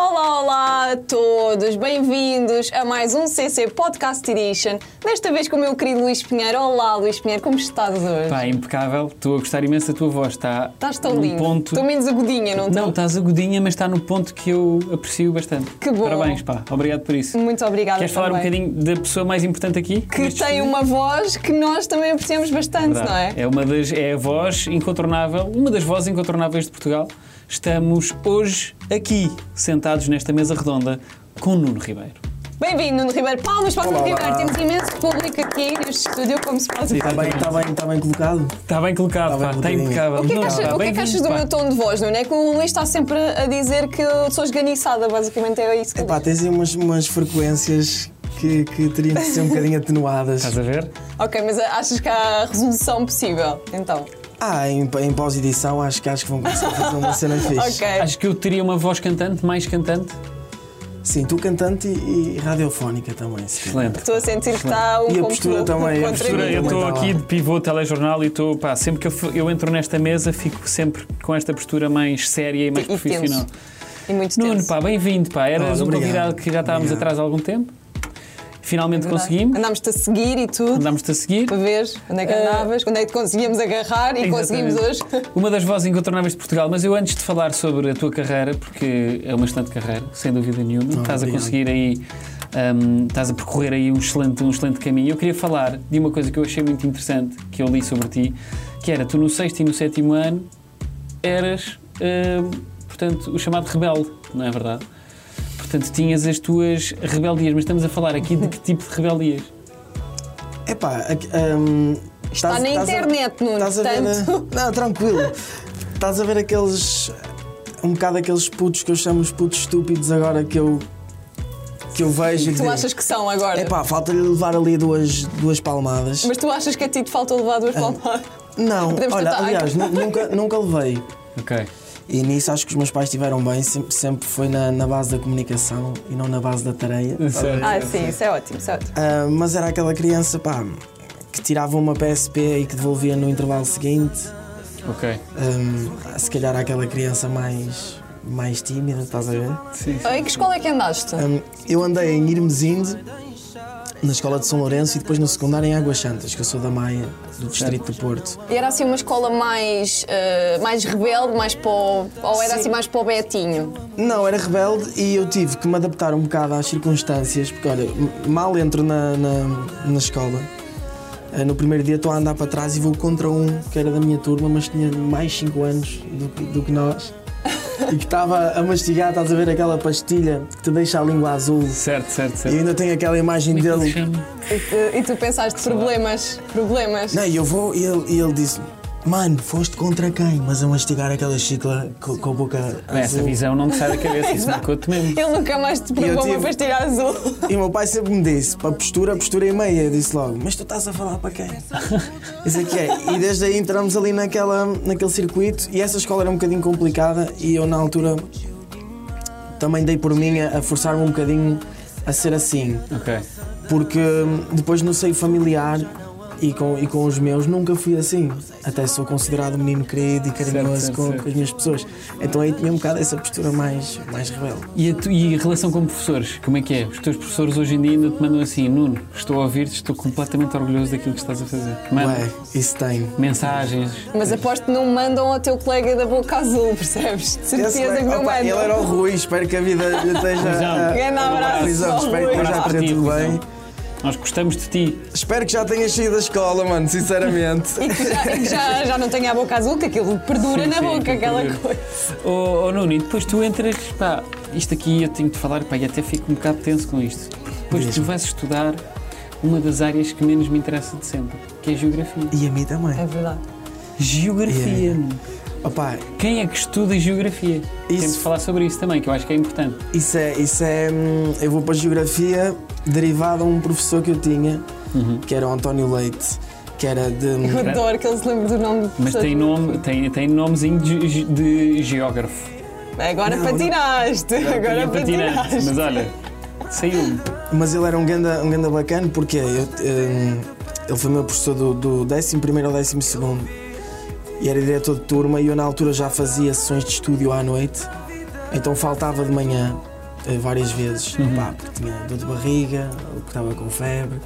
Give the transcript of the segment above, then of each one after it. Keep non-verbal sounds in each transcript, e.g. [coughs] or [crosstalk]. Olá a todos, bem-vindos a mais um CC Podcast Edition. Desta vez com o meu querido Luís Pinheiro. Olá, Luís Pinheiro, como estás hoje? Pá, é impecável. Estou a gostar imenso da tua voz. Está Estás tão num lindo. Ponto... Estou menos agudinha, não estou? Não, estás agudinha, mas está no ponto que eu aprecio bastante. Que bom. Parabéns, pá. Obrigado por isso. Muito obrigada Queres falar um também. bocadinho da pessoa mais importante aqui? Que Neste tem estúdio? uma voz que nós também apreciamos bastante, Verdade. não é? É uma das é a voz incontornável, uma das vozes incontornáveis de Portugal. Estamos hoje aqui, sentados nesta mesa redonda, com Nuno Ribeiro. Bem-vindo, Nuno Ribeiro. Palmas para o Nuno Olá, olá. Ribeiro. Temos imenso público aqui neste estúdio, como se pode ver. Está bem, está bem, está bem colocado? Está bem colocado, Está bem pá. Está colocadinho. impecável. O que é que Nuno, achas, pá, o que é que bem-vindo, achas do pá. meu tom de voz, Nuno? É que o Luís está sempre a dizer que eu sou esganiçada, basicamente é isso que ele Epá, tens aí umas, umas frequências que, que teriam que ser um bocadinho atenuadas. Estás a ver? Ok, mas achas que há resolução possível? Então. Ah, em, em pós-edição acho que acho que vão começar a fazer uma cena fixe. Ok. Acho que eu teria uma voz cantante, mais cantante. Sim, tu cantante e, e radiofónica também. sim. Excelente. Estou a sentir que está um E a compro- postura também, a contra postura mim. Eu Também estou tá lá. aqui de pivô telejornal e estou, pá, sempre que eu, f- eu entro nesta mesa fico sempre com esta postura mais séria e mais E tenso. profissional. E muito Nuno, tenso. pá, bem-vindo, pá. Eras Olá, um obrigado. convidado que já estávamos Obrigado. atrás há algum tempo. é Finalmente conseguimos. Andámos-te a seguir e tudo, Andámos-te a seguir. para ver onde é que Eh, andavas, quando é que te conseguíamos agarrar e conseguimos hoje. Exatamente. [laughs] Uma das vozes incontornáveis de Portugal, mas eu antes de falar sobre a tua carreira, porque é uma excelente carreira, sem dúvida nenhuma, estás a obrigado. conseguir aí, hum, estás a percorrer aí um excelente, um excelente caminho. Eu queria falar de uma coisa que eu achei muito interessante, que eu li sobre ti, que era tu no sexto e no sétimo ano eras, hum, portanto, o chamado rebelde, não é verdade? Portanto, tinhas as tuas rebeldias, mas estamos a falar aqui de que tipo de rebeldias? Epá, aqui, hum, estás- na estás a- internet, Nuno, Estás a ver, portanto. né? [laughs] Não, tranquilo. Estás a ver aqueles. Um bocado aqueles putos que eu chamo os putos estúpidos agora que eu. que eu vejo. e Tu digo, achas que são agora? Epá, falta-lhe levar ali duas, duas palmadas. Mas tu achas que a ti te faltou levar Ah, duas é palmas? Ah, Não, Podemos olha, tentar. aliás, nu- nunca, nunca levei. Ok. E nisso acho que os meus pais estiveram bem, sempre, sempre foi na, na base da comunicação e não na base da tareia. Sério? Ah, sim, isso é ótimo, isso é ótimo. Ah, mas era aquela criança, pá, que tirava uma PSP e que devolvia no intervalo seguinte. Ok. Ah, se calhar aquela criança mais, mais tímida, estás a ver? Sim. Em que escola é que andaste? Ah, eu andei em Irmesinde, na escola de São Lourenço e depois no secundário em Águas Santas, que eu sou da Maia, do distrito do Porto. E Era assim uma escola mais, eh, mais rebelde, mais para o, ou era Sim. assim mais para o Betinho? Não, era rebelde e eu tive que me adaptar um bocado às circunstâncias, porque olha, m- mal entro na, na, na escola. eh, No primeiro dia estou a andar para trás e vou contra um que era da minha turma, mas tinha mais 5 anos do, que- do que nós e que estava a mastigar, estás a ver aquela pastilha que te deixa a língua azul. Certo, certo, E eu certo. ainda tenho aquela imagem Como é que ele se dele. chama? E tu, e tu pensaste problemas, problemas. Não, e eu vou e ele, e ele disse: Mano, foste contra quem? Mas a mastigar aquela chicla co- com, a boca Bem, essa azul. visão não te sai da cabeça, isso Exato. marcou-te mesmo. Ele nunca mais te provou uma tive- pastilha azul. E o meu pai sempre me disse, para postura, postura e meia. Eu disse logo, mas tu estás a falar [laughs] para quem? Isso aqui é. E desde aí entramos ali naquela, naquele circuito e essa escola era um bocadinho complicada e eu na altura também dei por mim a, a forçar-me um bocadinho a ser assim. Ok. Porque hum, depois no seio familiar e com, e com os meus nunca fui assim. Até sou considerado um menino querido e carinhoso certo, com, certo. com as minhas pessoas. Então aí tinha um bocado essa postura mais, mais rebelde. E a, tu- e a relação com professores, como é que é? Os teus professores hoje em dia ainda te mandam assim, Nuno, estou a ouvir-te, estou completamente orgulhoso daquilo que estás a fazer. Mano, Ué, isso tem. mensagens. Mas aposto que não mandam ao teu colega da boca azul, [laughs] percebes? De Esse certeza bem- que não opa, mandam. Ele era o Rui, espero que a vida lhe esteja. Prisão. [laughs] ah, Grande abraço prisão, ao espero que Rui. esteja a correr tudo bem. é? Nós gostamos de ti. Espero que já tenhas saído da escola, mano, sinceramente. E que, já, e que já, já não tenha a boca azul, que aquilo perdura Sim, na sim, boca, aquilo aquela perdura. coisa. Ô oh, Nuno, e depois tu entras, pá, isto aqui eu tenho de falar, pá, e até fico um bocado tenso com isto. Porque Depois tu Mesmo. vais estudar uma das áreas que menos me interessa de sempre, que é a geografia. E a mim também. É verdade. Geografia, Yeah. Nuno. Opa, Quem é que estuda geografia? Temos Isso- de falar sobre isso também, que eu acho que é importante. isso é. Isso é hum, eu vou para a geografia derivado a um professor que eu tinha, Uhum. que era o António Leite, que era [laughs] de. hum, Eu adoro que ele se lembre do nome de Mas pessoas. tem, nome, tem, tem nomezinho de, ge- de geógrafo. Agora Não, patinaste, agora é Tinha patinete, patinaste. Mas olha, saiu-me. Mas ele era um ganda, um ganda bacana, porque eu, hum, ele foi meu professor do, do 11 ao 12 segundo e era diretor de turma e eu na altura já fazia sessões de estúdio à noite, então faltava de manhã. eh, várias vezes, Uhum. pá, porque tinha dor de barriga, ou que estava com febre.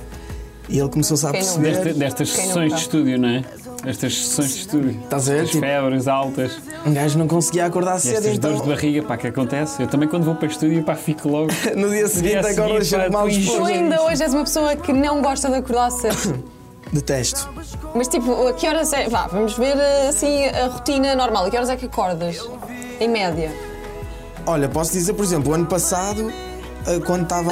E ele começou-se a Quem não? perceber. Desta- destas Quem sessões nunca? de estúdio, não é? Estas sessões de estúdio. Estás a ver? As Tipo, febres altas é? um gajo não conseguia acordar e cedo, estas então dores de barriga, pá, que acontece. Eu também quando vou para estúdio, pá, fico logo. no dia seguinte seguinte, acordas pá, sempre mal tu Tu disposto. enjoas. ainda hoje és uma pessoa que não gosta de acordar [coughs] cedo. Detesto. Mas tipo, a que horas é. Vá, vamos ver eh, assim a rotina normal. A que horas é que acordas? Em média. Olha, posso dizer, por exemplo, o ano passado, eh, quando estava.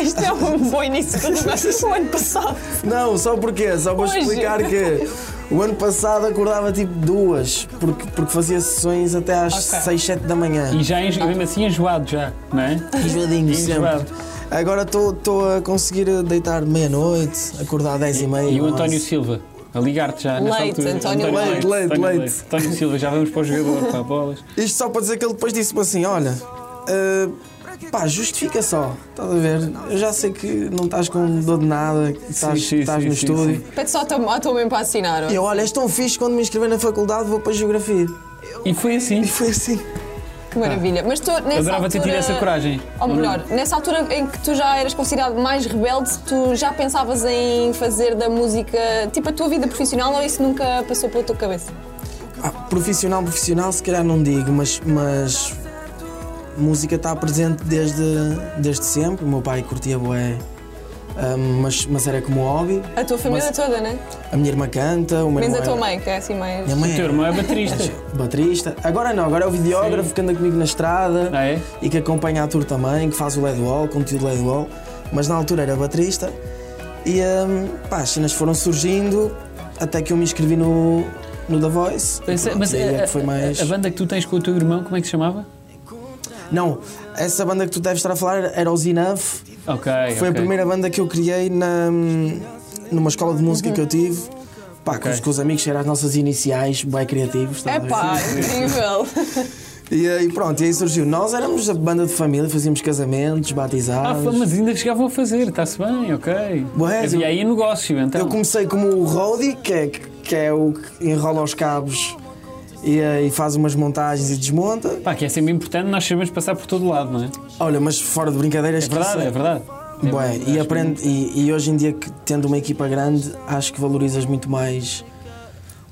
[laughs] Isto é um bom início para [laughs] o ano passado. Não, só porquê? Só vou Hoje. explicar que o ano passado acordava tipo duas, porque, porque fazia sessões até às Ok. 6, 7 da manhã. E já enjo... mesmo assim enjoado já, não é? Enjoadinho, Enjoado. sempre. Agora estou a conseguir deitar meia-noite, acordar às 10 e meia. E o onze. António Silva, a ligar-te já nesta Leite, altura. António Leite. Leite, António leite. António Silva, já vamos para o jogador, para bolas. Isto só para dizer que ele depois disse-me assim: olha, ah, pá, justifica só, estás a ver? Eu já sei que não estás com dor de nada, que estás, sim, estás sim, no sim, estúdio. sim. Pede só a tua moto mesmo para assinar. E eu, olha, és tão fixe quando me inscrevi na faculdade, vou para a geografia. E foi assim. E foi assim. Que maravilha. Mas tu, nessa Adorava ter altura... tido essa coragem. Ou melhor, nessa altura em que tu já eras considerado mais rebelde, tu já pensavas em fazer da música tipo a tua vida profissional ou isso nunca passou pela tua cabeça? Ah, profissional, profissional, se calhar não digo, mas, mas música está presente desde, desde sempre. O meu pai curtia boé, mas, mas era como hobby. A tua família Mas- toda, né? A minha irmã canta, o meu Menos irmão a tua é- mãe, que é assim mais. Minha mãe O teu irmão é [laughs] baterista. é baterista. Agora não, agora é o videógrafo que anda comigo na estrada Ah, é? e que acompanha a tour também, que faz o LED wall, conteúdo LED wall. Mas na altura era baterista e hum, pá, as cenas foram surgindo até que eu me inscrevi no, no The Voice. Mas, E mas aí é a, que foi mais... a banda que tu tens com o teu irmão, como é que se chamava? Não, essa banda que tu deves estar a falar era os Enough. Ok. Foi a ok. primeira banda que eu criei na, numa escola de música que eu tive. Pá, com, Ok. os, com os amigos, eram as nossas iniciais, bem criativos. estás É a ver? pá, [laughs] incrível. E, aí, pronto, e aí surgiu. Nós éramos a banda de família, fazíamos casamentos, Ah, batizados. foi- mas ainda chegavam a fazer, está-se bem, ok. Ué, Havia eu- aí negócio, então. Eu comecei como o roadie, que é, que é o que enrola os cabos e, eh, e faz umas montagens e desmonta. Pá, que é sempre importante nós sabemos passar por todo lado, não é? É Olha, mas fora de brincadeiras, verdade, comecei- é verdade. É Bué, verdade, e, acho aprende, e, e hoje em dia, que tendo uma equipa grande, acho que valorizas muito mais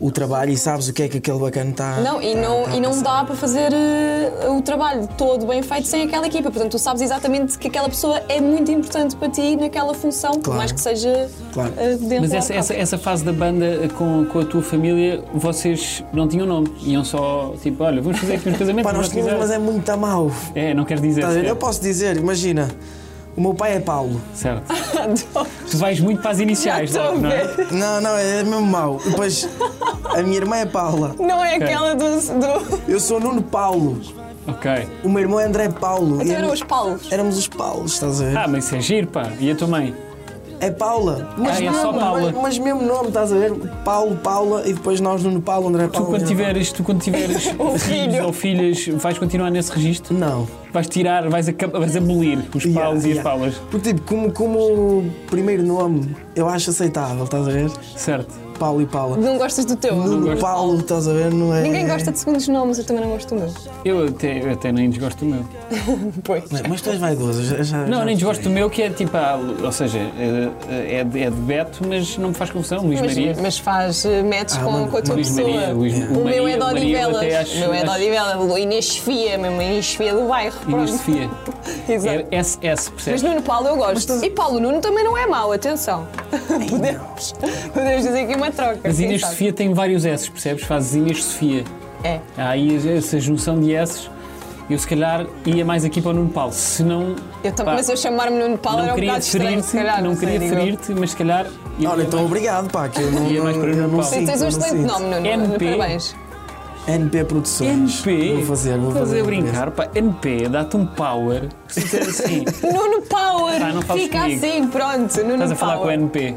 o trabalho e sabes o que é que aquele bacana está. Não, e tá- não, tá a e não passar. dá para fazer eh, o trabalho todo bem feito sem aquela equipa. Portanto, tu sabes exatamente que aquela pessoa é muito importante para ti naquela função, por Claro. mais que seja Claro. eh, dentro Mas lá essa, de [laughs] casa. essa, essa fase da banda eh, com, com a tua família, vocês não tinham nome. Iam só, tipo, olha, vamos fazer aqui um casamento. Pá, vamos nós tínhamos, mas batizar. é muito a mau. é... não queres dizer. Tá a ver? sequer. Eu posso dizer, imagina, o meu pai é Paulo. Certo. Tu vais muito para as iniciais, Já estou logo, a não é? ver. Não, não, é mesmo mau. E Depois, a minha irmã é Paula. Não é aquela do. do... Eu sou Nuno Paulo. Ok. O meu irmão é André Paulo. E Então eram éramos- os paus. Éramos os Paulos, estás a ver? Ah, mas isso é giro, pá. E a tua mãe? É Paula. Mas, Ah, é mesmo, só Paula. Mas, mas mesmo nome, estás a ver? Paulo, Paula e depois nós, Nuno Paulo, André Tu Paulo. quando Nuno tiveres, tu [laughs] quando tiveres filhos filho. ou filhas, vais continuar nesse registro? Paulo. Não. Vais tirar, vais, aca- vais abolir os Yeah, paus e as yeah. paulas. é, Porque, tipo, como, como primeiro nome, eu acho aceitável, estás a ver? Certo. Paulo e Paula. Não gostas do teu? Nuno Paulo, estás a ver? Não é. Ninguém gosta de segundos nomes, eu também não gosto do meu. Eu até, eu até nem desgosto do meu. Pois. Não, Mas tu és vaidoso, já. já Não, já nem desgosto do percebi. meu, que é tipo, ah, ou seja, é, é de é de Beto, mas não me faz confusão. Luís Mas, Maria. mas faz eh, match Ah, com, mano, com a tua Luís pessoa. Maria, Luís Yeah. O meu Maria, é de Maria, eu Odivelas. até acho- O meu é de acho- Odivelas. Inês Sofia, mesmo. Inês Sofia do bairro. Inês pronto. Sofia. [laughs] Exato. É SS, Mas percebes? Nuno Paulo eu gosto. E Paulo Nuno também não é mau, atenção. [laughs] Podemos, podemos dizer aqui uma troca. Mas quem Inês sabe? Sofia tem vários S, percebes? Fazes Inês Sofia. É. Há aí essa junção de S's. Eu se calhar ia mais aqui para o Nuno Paulo, se não. Eu também, pá, mas eu chamar-me Nuno Paulo era não um queria bocado estranho, se ferir-te, calhar. não sei, queria digo eu. ferir-te, mas se calhar. eu- Olha, então obrigado, [laughs] pá, que eu não. Ia é mais para eu Nuno não Paulo. Sim, sinto, tens um não excelente sinto. nome, é? Nuno. NP. Parabéns. NP Produções. NP. Vou fazer, vou Estás fazer. a brincar, pá. NP, dá-te um power. Se disser [laughs] assim, Nuno Power! Pá, não fales Fica comigo. assim, pronto. Nuno estás a Power. falar Um com o NP.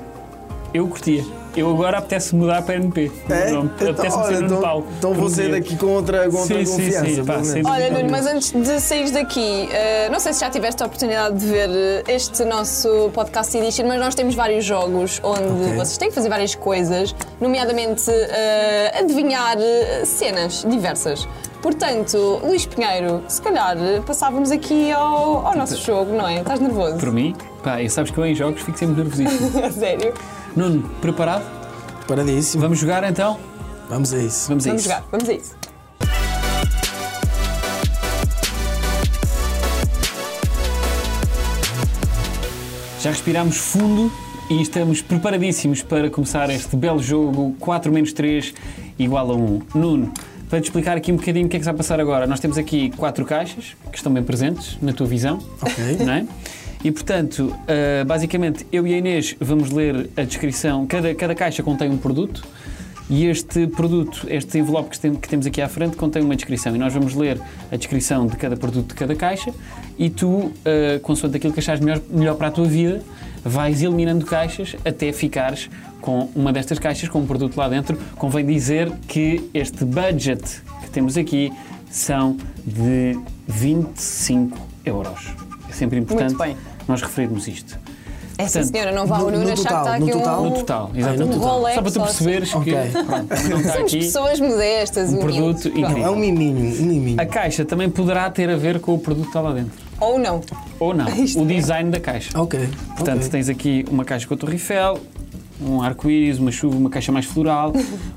Eu curtia. Eu agora apetece mudar para NP. É? O nome. Apetece-me ser olha, Nuno então, Paulo. então por um vou sair dia. daqui com outra, com outra Sim, sim, confiança. sim, pá, pelo sem menos. dúvida. Olha, Nuno, mas antes de sair daqui, eh, não sei se já tiveste a oportunidade de ver eh, este nosso podcast edition, mas nós temos vários jogos onde Ok. vocês têm que fazer várias coisas, nomeadamente eh, adivinhar eh, cenas diversas. Portanto, Luís Pinheiro, se calhar eh, passávamos aqui ao, ao nosso jogo, não é? Estás nervoso? Por mim, pá, e sabes que eu em jogos fico sempre [laughs] nervosíssimo. [laughs] A sério. Nuno, preparado? Paradíssimo. Vamos jogar então? Vamos a isso. Vamos a Vamos isso. jogar, vamos a isso. É Já respirámos fundo e estamos preparadíssimos para começar este belo jogo 4 menos 3 igual a 1. Nuno, para te explicar aqui um bocadinho o que é que se vai passar agora, nós temos aqui quatro caixas que estão bem presentes na tua visão, Ok. não é? E portanto, ah, basicamente, eu e a Inês vamos ler a descrição. Cada, cada caixa contém um produto e este produto, este envelope que, tem- que temos aqui à frente, contém uma descrição. E nós vamos ler a descrição de cada produto de cada caixa e tu, ah, consoante aquilo que achares melhor, melhor para a tua vida, vais eliminando caixas até ficares com uma destas caixas com um produto lá dentro. Convém dizer que este budget que temos aqui são de 25 euros. É sempre importante bem. nós referirmos isto. É sim, Portanto, senhora, não vá ao no- Nuno no achar que total, está no aqui total? um. No total, no exatamente. total. Só para tu Rolex, perceberes ok. que pronto, não está Somos aqui pessoas modestas, um humildes. produto pronto. É um incrível. miminho, um miminho. A caixa também poderá ter a ver com o produto que está lá dentro. Ou não. Ou não. Isto O é. design da caixa. Ok. Portanto, ok. tens aqui uma caixa com a Torre Eiffel, um arco-íris, uma chuva, uma caixa mais floral,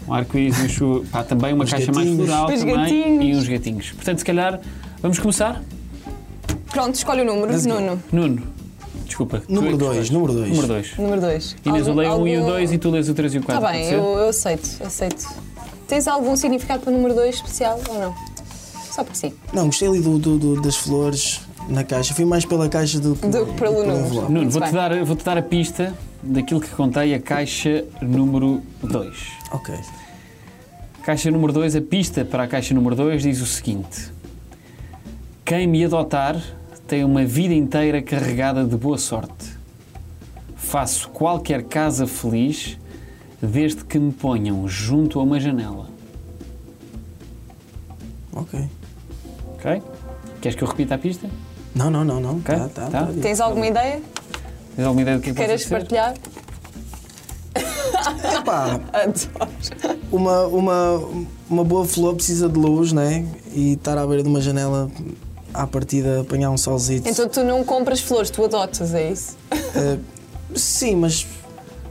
um arco-íris, uma chuva, pá, também uma Uns caixa mais gatinhos. floral Uns também gatinhos. e uns gatinhos. Portanto, se calhar, vamos começar? Pronto, escolhe o número, Let's go. Nuno. Nuno, desculpa. tu é Número que 2, escolhes. número 2. Número 2. Número 2. Inês, eu leio um e o 2 e tu lês o 3 e o 4. Está Tá bem, eu, eu aceito, aceito. Tens algum significado para o número 2 especial ou não? Só porque sim. Não, gostei ali do, do- do- das flores na caixa. Fui mais pela caixa do que Do que pelo número. envelope. Nuno, Muito vou-te bem. dar, vou dar a pista daquilo que contei a caixa número 2. Ok. Caixa número 2, a pista para a caixa número 2 diz o seguinte: Quem me adotar tem uma vida inteira carregada de boa sorte. Faço qualquer casa feliz desde que me ponham junto a uma janela. Ok. Ok? Queres que eu repita a pista? Não, não, não, não. Ok, Tá, tá, tá. tá. Tens alguma ideia? Tens alguma ideia do que é que Queres possa ser? partilhar? Epá, Adoro. uma, uma, uma boa flor precisa de luz, né? E estar à beira de uma janela à partida, apanhar um solzito. Então tu não compras flores, tu adotas, é isso? Eh, sim, mas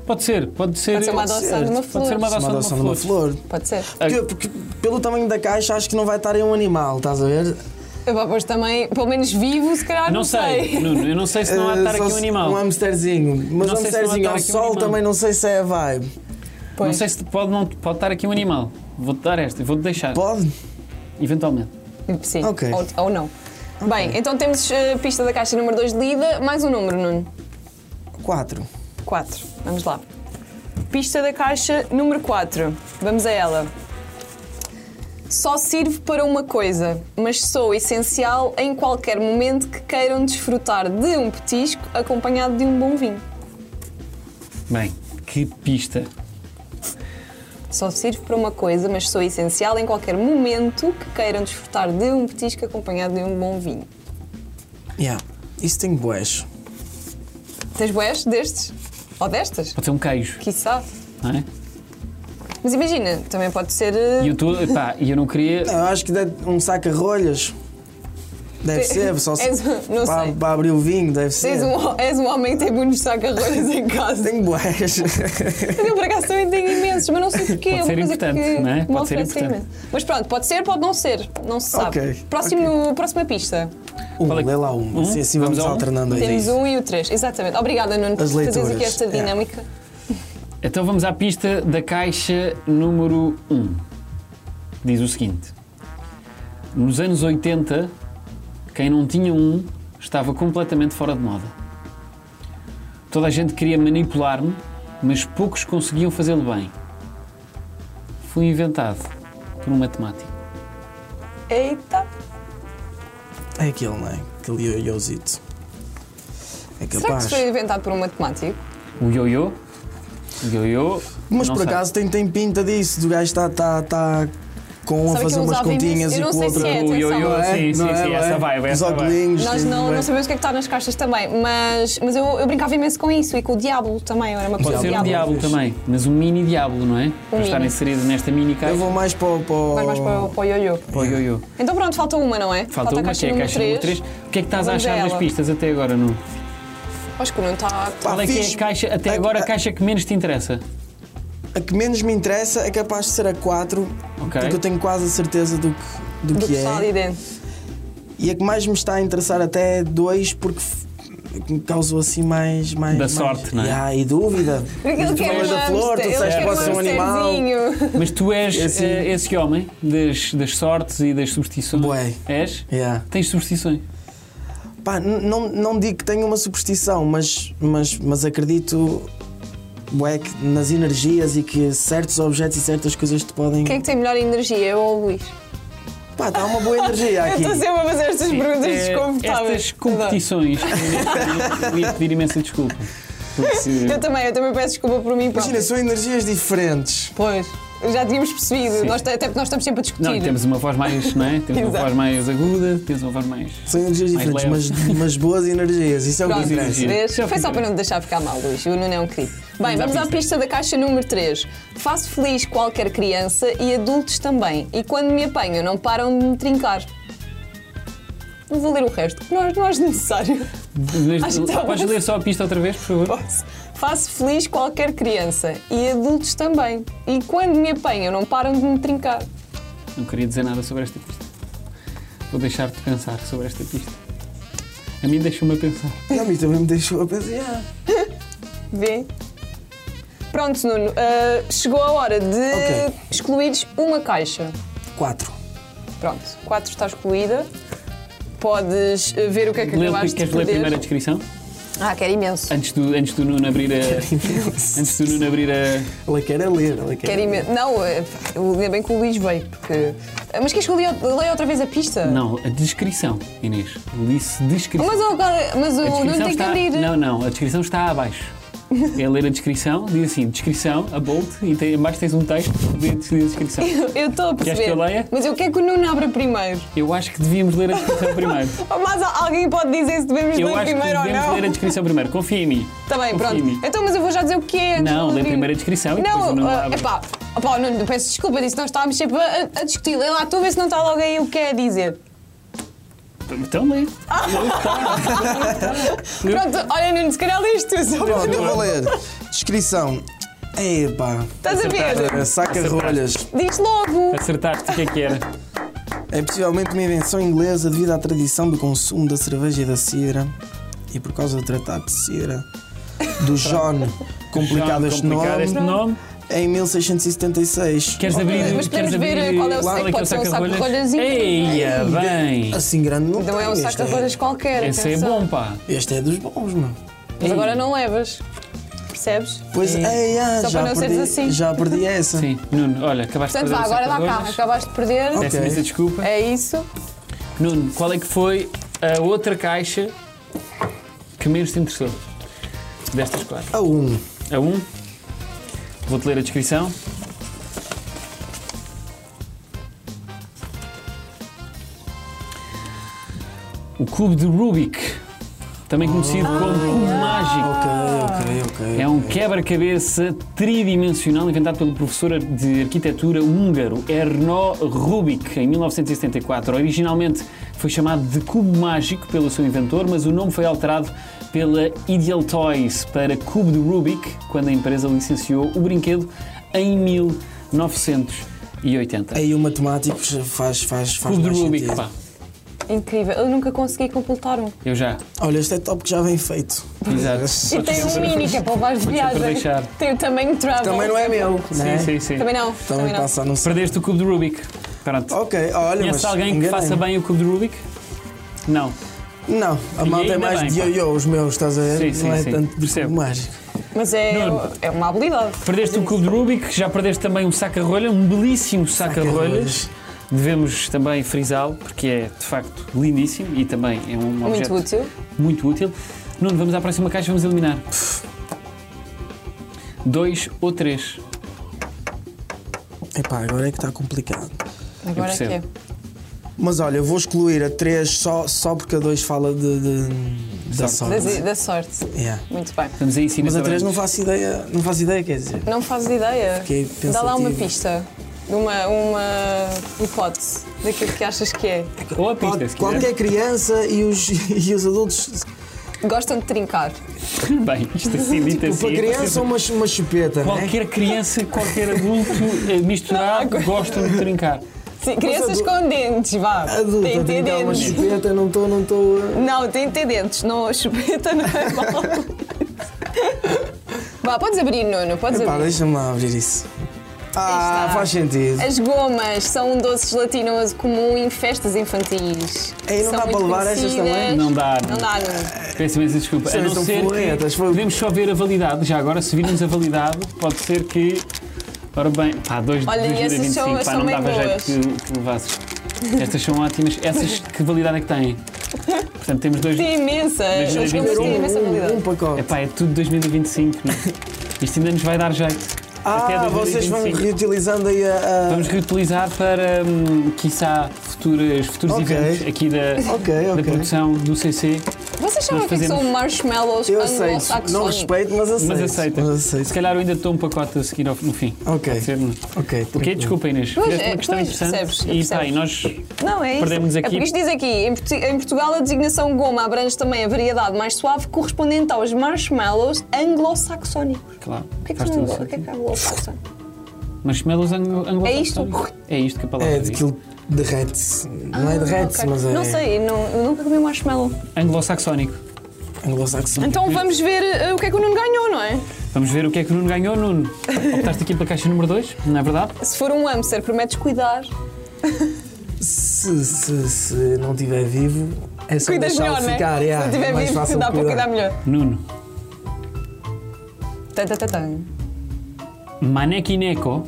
Pode ser, pode ser. Pode ser uma adoção de uma Pode flor. ser uma se uma adoção, adoção de uma flor. Pode ser. Porque, porque pelo tamanho da caixa, acho que não vai estar em um animal, estás a ver? Eu vou pôr também, pelo menos vivo, se calhar não, Não sei, Nuno, eu não sei se não [laughs] há de Eh, estar só aqui um se- animal. Um hamsterzinho. Mas Não sei se não há de um hamsterzinho estar ao aqui um sol animal. também não sei se é a vibe. Pois. Não sei se pode, não, pode estar aqui um animal. Vou-te dar esta, vou-te deixar, Pode? eventualmente. Sim, Ok. ou, ou não. Bem, então temos eh, pista da caixa número 2 de lida, mais um número, Nuno. Quatro. 4. Vamos lá. Pista da caixa número 4. Vamos a ela. Só sirvo para uma coisa, mas sou essencial em qualquer momento que queiram desfrutar de um petisco acompanhado de um bom vinho. Bem, que pista. Só sirvo para uma coisa, mas sou essencial em qualquer momento que queiram desfrutar de um petisco acompanhado de um bom vinho. Yeah. Isso tem boés. Tens boés destes? Ou destas? Pode ser um queijo, Quiçá. não é? Mas imagina, também pode ser. eh, E eu, tô, epá, e eu não queria. Não, eu acho que deve, um saco a rolhas. Deve [laughs] ser, só se, És um- não para, sei. para abrir o vinho, deve És ser. um, és um homem que tem muitos sacarrolhas em casa. Tem [laughs] boés. Eu por acaso também tenho imensos, mas não sei porquê. é Pode uma ser coisa importante, que não é? me Pode ser oferece importante. imenso. Mas pronto, pode ser, pode não ser. Não se sabe. Ok, Próximo, Próxima pista. Um, Qual é que- lê lá um. Um? Sim, assim vamos, Vamos a um? alternando aí. Temos um e o três. Exatamente. Obrigada, Nuno, por As fazeres leituras, aqui esta é. dinâmica. Então vamos à pista da caixa número 1. Diz o seguinte: Nos anos 80, quem não tinha um estava completamente fora de moda. Toda a gente queria manipular-me, mas poucos conseguiam fazê-lo bem. Fui inventado por um matemático. Eita! É aquele, não é? Aquele ioiozito. É Será que capaz. isso foi inventado por um matemático? O ioiô? O ioiô? Mas não por sei. acaso tem, tem pinta disso, do gajo está tá, tá com um a Sabe que fazer eu umas usava imenso- continhas eu e não com sei outra. se é, O ioiô, Não atenção. é? sim, sim, Não é? sim, Não essa é? vibe, Os essa vibe. óculos. Nós não, não não é? sabemos o que é que está nas caixas também, mas, mas eu, eu brincava imenso com isso e com o Diablo também, era uma coisa Pode ser de um diabo também, mas um mini diabo, não é? Para estar Um mini. inserido nesta mini Eu caixa. vou mais para, o- para, o- Mas mais para, o- para o ioiô. Pô, ioiô. Então pronto, falta uma, não é? Falta uma, que é a caixa número 3. O que é que estás a Vamos a achar das ela. pistas até agora, Nuno? Acho que não está. Qual é que é fixe. a caixa, até A- agora, a a- caixa que menos te interessa? A que menos me interessa é capaz de ser a 4, Ok. porque eu tenho quase a certeza do que, do Do que que está ali é. dentro. E a que mais me está a interessar até é 2, porque f- que me causou assim mais. mais Da mais- sorte, não é? Ah, [laughs] e dúvida. Ele quer falas um da flor, tu hamster, disseste ele quer que um pode ser um animal. hamsterzinho. Mas tu és Esse- eh, esse homem das, das sortes e das superstições? Bué. É. És? Yeah. Tens superstições? Pá, n- não, não digo que tenho uma superstição, mas, mas, mas acredito bué, que nas energias e que certos objetos e certas coisas te podem. Quem é que tem melhor energia, eu ou o Luís? Pá, está uma [laughs] boa energia Eu aqui. estou sempre a fazer estas perguntas Eh, desconfortáveis. Estas competições, eh, eu ia pedir imensa [laughs] desculpa. Porque se- Eu também, eu também peço desculpa por mim Imagina, próprio. são energias diferentes. Pois, já tínhamos percebido, Sim. nós, até porque nós estamos sempre a discutir. Não, e temos uma voz [laughs] mais, não é? Temos uma Exato. voz mais aguda, temos uma voz mais. São energias Mais diferentes, mas, mas boas energias. Isso é o que Pronto, interessa. energia. vês? Já Foi só fica. para não te deixar ficar mal, Luís. O Nuno é um querido. Bem, vamos, à, pista. da caixa número 3. Faço feliz qualquer criança e adultos também. E quando me apanham, não param de me trincar. Não vou ler o resto, que não, é, não acho necessário. Acho que tá Podes bom. ler só a pista outra vez, por favor? Posso? Faço feliz qualquer criança e adultos também. E quando me apanham, não param de me trincar. Oh. Não queria dizer nada sobre esta pista. Vou deixar-te pensar sobre esta pista. A mim deixou-me a pensar. E a mim também me deixou a pensar. "Ah, Vê? Pronto, Nuno, ah, chegou a hora de Ok. excluíres uma caixa. Quatro. Pronto, 4 está excluída. Podes eh, ver o que é que Lê, acabaste de queres ler primeiro a perder. descrição? Ah, quero imenso. Antes do, antes do Nuno abrir a. antes do Nuno abrir a. Ela quer é ler. Ela quer Quero é ler. imenso. Não, eh, eu ainda bem que o Luís veio, porque. Ah, Mas queres que eu leia leia outra vez a pista? Não, a descrição, Inês. Disse descrição. Mas, eu, mas A o descrição Nuno tem que está... abrir. Não, não, a descrição está abaixo. É ler a descrição, diz assim, descrição, a bold, e tem, abaixo tens um texto de de descrição. [laughs] Eu estou a Queres que perceber. eu leia? Mas eu quero que o Nuno abra primeiro. Eu acho que devíamos ler a [laughs] descrição primeiro. Mas alguém pode dizer se devemos Eu ler acho que primeiro ou devemos não. ler a descripção primeiro. Confia em mim. [laughs] Tá bem, Confia em pronto. mim. Então, mas eu vou já dizer o que é. antes Não, de lê abrir. primeiro a descrição e depois o Não, Nuno ah, abre. epá, opá, Nuno, peço desculpa disso, nós estávamos sempre a, a discutir. Lê lá tu, vê se não está logo aí o que é a dizer. Então lê. Pronto, olha, Nuno, se calhar lês tu só para Pronto, não- é eu vou ler. Descrição. Epá. [laughs] Estás a ver? É, Saca rolhas. Diz logo! Acertaste o que é que era. É possivelmente uma invenção inglesa devido à tradição do consumo da cerveja e da cidra. E por causa do tratado de cidra. Do John. Complicado Já, este complicado nome. este nome. Em 1676. Queres Ok. abrir? Mas podemos queres ver abrir- qual é o qual saco, que pode ser um saco de rolhas. é? Eia, bem. Assim grande não Não é um tem, saco este de rolhas qualquer. Esse é atenção. bom, pá. Este é dos bons, mano. Mas agora não levas. Percebes? Pois é, ah, Só já, para não perdi, seres assim. já perdi essa. Sim, Nuno, olha, acabaste Portanto, de vá, perder o agora um saco dá de cá. rolhas. Acabaste de perder. Ok. Peço imensa desculpa. É isso. Nuno, qual é que foi a outra caixa que menos te interessou? Destas quatro. A um. A um. Vou-te ler a descrição. O cubo de Rubik, também conhecido como cubo mágico. Ah. Ok, ok, ok. É um quebra-cabeça tridimensional inventado pelo professor de arquitetura húngaro Erno Rubik em 1974. Originalmente foi chamado de cubo mágico pelo seu inventor, mas o nome foi alterado pela Ideal Toys para cubo de Rubik quando a empresa licenciou o brinquedo em 1980. Aí o matemático faz, faz, faz Cubo de mais Rubik, sentido. pá, Incrível. Eu nunca consegui completar um. eu já. Olha, este é top que já vem feito. Exato. E tem um mini que é para levar de viagem. deixar. Tem o tamanho de travel. Também não é meu, Sim, né? sim, sim. Também não. Também, Também não. passa a não ser. Perdeste o cubo de Rubik. Pronto. Ok, olha, mas Conhece alguém que enganei-me. faça bem o cubo de Rubik? Não. Não, a malta é ainda mais bem, de pá. ioiô, os meus, estás a ver? Sim, sim, não é sim. tanto de Percebo. cubo mágico. Mas é, Nuno. é uma habilidade. Perdeste o cubo de Rubik, já perdeste também um saca-rolha, um belíssimo Saca-rolhas. saca-rolhas. Devemos também frisá-lo, porque é de facto lindíssimo e também é um objeto Muito útil. muito útil. Nuno, vamos à próxima caixa, vamos eliminar. Dois ou três. Epá, agora é que está complicado. Agora é que é. percebo. Mas olha, eu vou excluir a 3 só, só porque a 2 fala de, de- da é. Da, sorte. da sorte. Yeah. Muito bem. Estamos aí sim Mas a nessa 3 não branca. faço ideia, não faço ideia, quer dizer. Não fazes ideia. Fiquei Dá lá uma pensativo. pista. Uma, uma hipótese daquilo que achas que é. Ou a pista, se Qual- quiser. Qualquer criança e os, [laughs] e os adultos. Gostam de trincar. Bem, isto [laughs] assim, dito assim. Para Tipo, criança, um uma, chu- uma chupeta, né? Qualquer criança, qualquer adulto [laughs] eh, misturado gosta de trincar. Sim, crianças adu- com dentes, vá. Adulto, Tem a de ter brincar uma dentes. chupeta, não estou, não eh. estou. Não, tem de ter dentes. Não, a chupeta não é [laughs] mal. vá, podes abrir, Nuno, podes Pá, abrir. deixa-me lá abrir isso. Ah, está. faz sentido. As gomas são um doce gelatinoso comum em festas infantis. Ei, não são dá muito para levar estas conhecidas. também? Não dá, Não não. dá, Nuno. Peço imensa desculpa. Vocês A não são ser forretas, que foi- podemos só ver a validade. Já agora, se virmos a validade, pode ser que. Ora bem, pá, dois Olha, de e essas 2025, são- pá, são não bem dava boas. jeito que, que levasses. Estas são ótimas. Essas, que validade é que têm? Portanto, temos dois. Tem imensas. As gomas têm imensa Um, um qualidade. pacote. Epá, é tudo 2025, não é? Isto ainda nos vai dar jeito. Até Ah, 2025. vocês vão reutilizando aí a. a- Vamos reutilizar para, hum, quiçá, futuras, futuros Ok. eventos aqui da, Ok, da ok. produção do CC. Vocês sabem o Nós que é que são fazemos- marshmallows Eu aceito. Não anglo-saxónicos? respeito, mas aceito. Mas aceita. Mas Se aceito. calhar eu ainda dou um pacote a seguir ao, no fim. Ok. Pode ser, não? Ok, Ok, tranquilo. desculpa Inês. Pois, Fizeste é, uma questão pois, interessante. percebes, e percebes. pá, e nós. Não, é isso. Perdemos é aqui. porque isto diz aqui, em, Portu- em Portugal a designação goma abrange também a variedade mais suave correspondente aos marshmallows anglo-saxónicos. Claro. O que é que faz são todo anglo- o que é sentido. que é anglo-saxónico? Marshmallows anglo anglo É isto? É isto que a palavra É diz. daquilo que derrete-se. Não é Ah, derrete-se, ok. mas é. Não sei, não- eu nunca comi um marshmallow. Anglo-saxónico. Anglo-saxão. Então vamos ver eh, o que é que o Nuno ganhou, não é? Vamos ver o que é que o Nuno ganhou, Nuno. Optaste aqui pela caixa número 2, não é verdade? Se for um hamster, prometes cuidar. Se, se, se não estiver vivo, é só Cuidas deixá-lo melhor, não é? ficar. yeah, Se não é tiver mais vivo, fácil dá de para cuidar um melhor. Nuno. Tan, tan, tan, tan. Manequineco,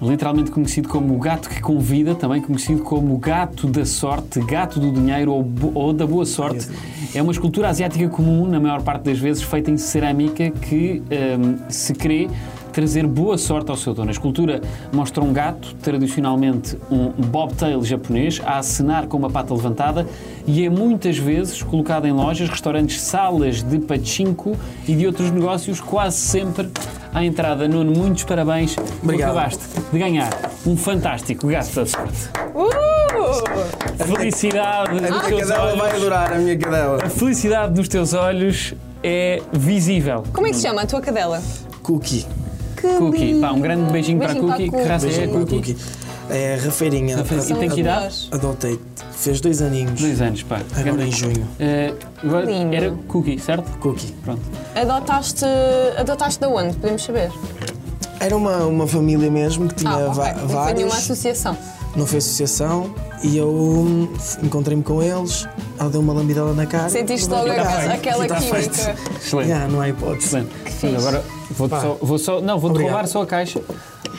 literalmente conhecido como o gato que convida, também conhecido como o gato da sorte, gato do dinheiro ou, bo- ou da boa sorte, é uma escultura asiática comum, na maior parte das vezes feita em cerâmica, que hum, se crê trazer boa sorte ao seu dono. A escultura mostra um gato, tradicionalmente um bobtail japonês, a acenar com uma pata levantada e é muitas vezes colocada em lojas, restaurantes, salas de pachinko e de outros negócios, quase sempre à entrada, Nuno, muitos parabéns. Tu Obrigado. Acabaste de ganhar um fantástico gato da sorte. Uh! A felicidade A nos minha teus cadela vai olhos. adorar, a minha cadela. A felicidade nos teus olhos é visível. Como é que se chama a tua cadela? Cookie. Que Cookie, lindo. pá, um grande beijinho, para a Beijinho Cookie. para a Que raça Cookie. é a Beijinho para a Cookie? Cookie. É Rafeirinha. Rafeirinha. São tem que os idade? melhores. Adotei. Fez dois aninhos. Dois anos, pá. Agora Grande- em junho. Eh, agora Lindo. era Cookie, certo? Cookie. Pronto. Adotaste, adotaste da onde? Podemos saber. Era uma, uma família mesmo que tinha Ah, va- ok. Não foi nenhuma vários. associação. Não foi associação. E eu hum, encontrei-me com eles. Ela deu uma lambidela na cara. Sentiste Tudo logo bem, tá aquela, feito. aquela Tá feito. química. Excelente. Yeah, não há hipótese. Excelente. fixe. Agora vou Pá. só, vou só. Não, vou-te Obrigado. roubar só a caixa.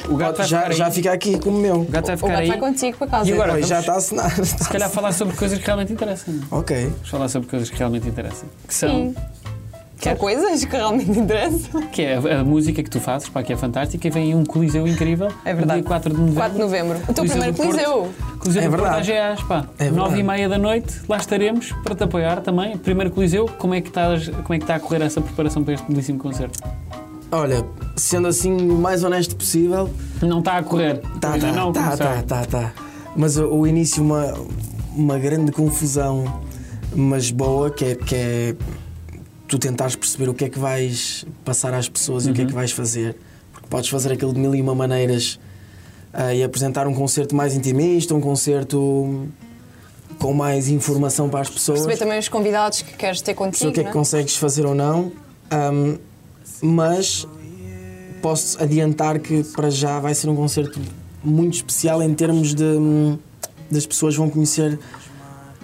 O gato vai Já, ficar já aí. fica aqui com o meu. O gato vai O ficar gato aí. vai contigo para casa. E agora? Olha, vamos- já tá está a assinar. Se calhar falar sobre coisas que realmente interessam. não é? Ok. Vamos falar sobre coisas que realmente interessam. Que são, Sim. São coisas que realmente [laughs] interessam. que é a, a música que tu fazes, pá, que é fantástica, e vem aí um coliseu incrível. Um É verdade. Dia 4 de novembro. 4 de novembro. O teu primeiro do Porto. coliseu. Coliseu É do Porto verdade. às GAs, pá. É verdade. 9 e meia da noite, lá estaremos para te apoiar também. Primeiro coliseu, como é que estás, como é que está a correr essa preparação para este belíssimo concerto? Olha, sendo assim o mais honesto possível, Não está a correr. tá, Ainda tá, não tá, começou. tá, tá, tá. Mas o, o início, uma, uma grande confusão, mas boa, que é, que é tu tentares perceber o que é que vais passar às pessoas Uhum. e o que é que vais fazer. Porque podes fazer aquilo de mil e uma maneiras ah, e apresentar um concerto mais intimista, um concerto com mais informação para as pessoas. Perceber também os convidados que queres ter sei contigo. o que é que não consegues fazer ou não, ahm, mas posso adiantar que para já vai ser um concerto muito especial em termos de hum, das pessoas vão conhecer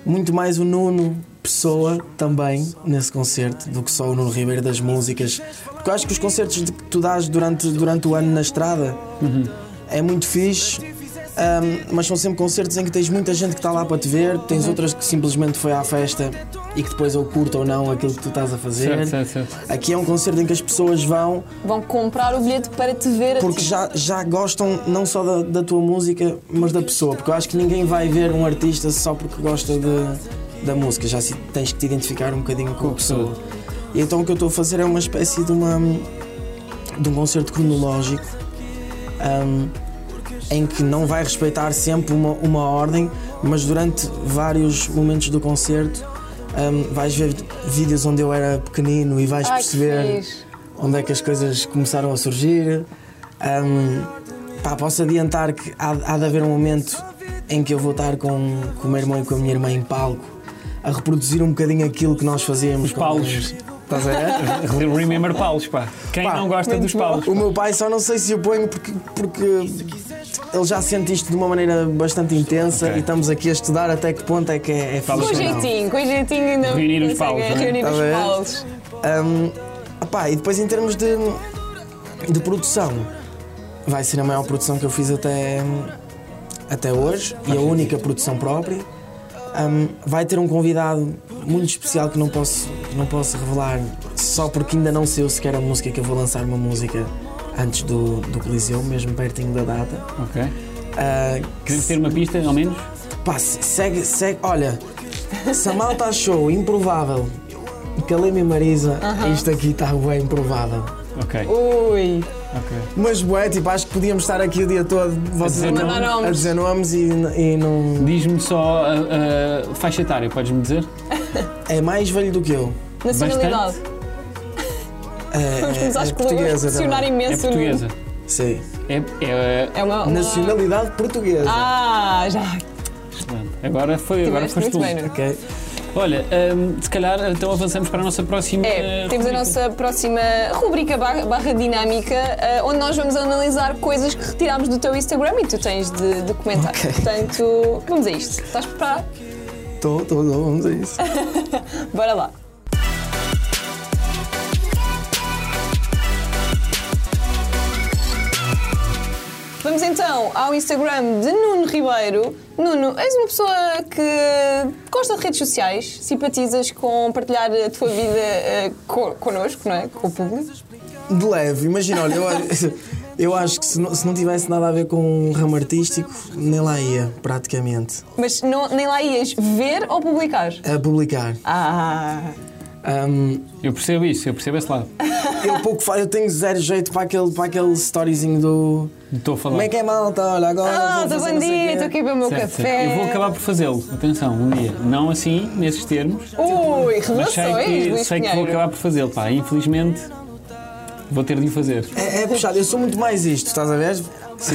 muito mais o Nuno Pessoa também nesse concerto do que só o Nuno Ribeiro das músicas. Porque eu acho que os concertos de- que tu dás durante, durante o ano na estrada é muito fixe, Ahm, mas são sempre concertos em que tens muita gente que está lá para te ver, tens outras que simplesmente foi à festa e que depois ou curta ou não aquilo que tu estás a fazer. Certo, certo, certo. Aqui é um concerto em que as pessoas vão Vão comprar o bilhete para te ver a porque ti. já, já gostam não só da, da tua música, mas da pessoa. Porque eu acho que ninguém vai ver um artista só porque gosta de- da música. Já se- tens que te identificar um bocadinho com a pessoa. E então o que eu estou a fazer é uma espécie de, uma, de um concerto cronológico ahm, em que não vai respeitar sempre uma, uma ordem, mas durante vários momentos do concerto. ahm, vais ver vídeos onde eu era pequenino e vais Ai, que perceber fixe. onde é que as coisas começaram a surgir. Ahm, pá, posso adiantar que há, há de haver um momento em que eu vou estar com, com o meu irmão e com a minha irmã em palco a reproduzir um bocadinho aquilo que nós fazíamos. Os quando paus. éramos- Estás a [laughs] ver? Remember Paulos, pá. Quem Tá Pá, não gosta dos muito bom. Paulos? O meu pai só não sei se o ponho porque, porque ele já sente isto de uma maneira bastante intensa Ok. e estamos aqui a estudar até que ponto é que é, é Fala Com fixe ou não. jeitinho, com jeitinho ainda Reunir os conseguem paus, não é? Reunir Tá os bem. paus. Hum, opá, e depois em termos de, de produção, vai ser a maior produção que eu fiz até, até hoje e a única produção própria. Hum, vai ter um convidado muito especial que não posso, não posso revelar só porque ainda não sei sequer a música que eu vou lançar uma música antes do, do Coliseu, mesmo pertinho da data. Ok. Ah, que Queremos ter uma pista, ao menos? Pá, se- segue, segue. Olha, se a malta achou improvável que a Leme Marisa, isto aqui está bem improvável. Ok, Ui, ok. Mas, bué, tipo, acho que podíamos estar aqui o dia todo vocês dizer a, nomes. a dizer nomes e, e não. Diz-me só a, a faixa etária, podes-me dizer? É mais velho do que eu. nacionalidade. É, Vamos é- começar a escolher, é vamos portuguesa pressionar também. É imenso. no- portuguesa. Sim. É, é, É uma, uma... Nacionalidade portuguesa. Ah, já. excelente. é, Agora foi, agora Tiveste foste muito tu. bem, Nuno. Ok. Olha, hum, se calhar então avançamos para a nossa próxima. É, eh, temos a rubrica. nossa próxima rubrica barra, barra dinâmica, eh, onde nós vamos analisar coisas que retirámos do teu Instagram e tu tens de, de comentar. Ok. Portanto, vamos a isto. Estás preparado? Estou, estou, estou, vamos a isso. Bora lá. Vamos então ao Instagram de Nuno Ribeiro. Nuno, és uma pessoa que gosta de redes sociais, simpatizas com partilhar a tua vida eh, co- connosco, não é? Com o público. De leve, imagina, olha, eu, eu acho que se não, se não tivesse nada a ver com o ramo artístico, nem lá ia, praticamente. Mas não- nem lá ias ver ou publicar? a publicar. Ah, Um, Eu percebo isso, eu percebo esse lado. eu pouco fa- eu tenho zero jeito para aquele, para aquele storyzinho do. Estou a falar. Como é que é malta? Olha, agora. ah vou do fazer não sei bandido, quê. estou aqui a beber o meu Certo, certo. café. Eu vou acabar por fazê-lo, atenção, um dia. Não assim, nesses termos, Ui, mas sei revelações, que, Luís sei que vou Pinheiro. acabar por fazê-lo, pá. Infelizmente, vou ter de o fazer. É, é puxado, eu sou muito mais isto, estás a ver? Sim,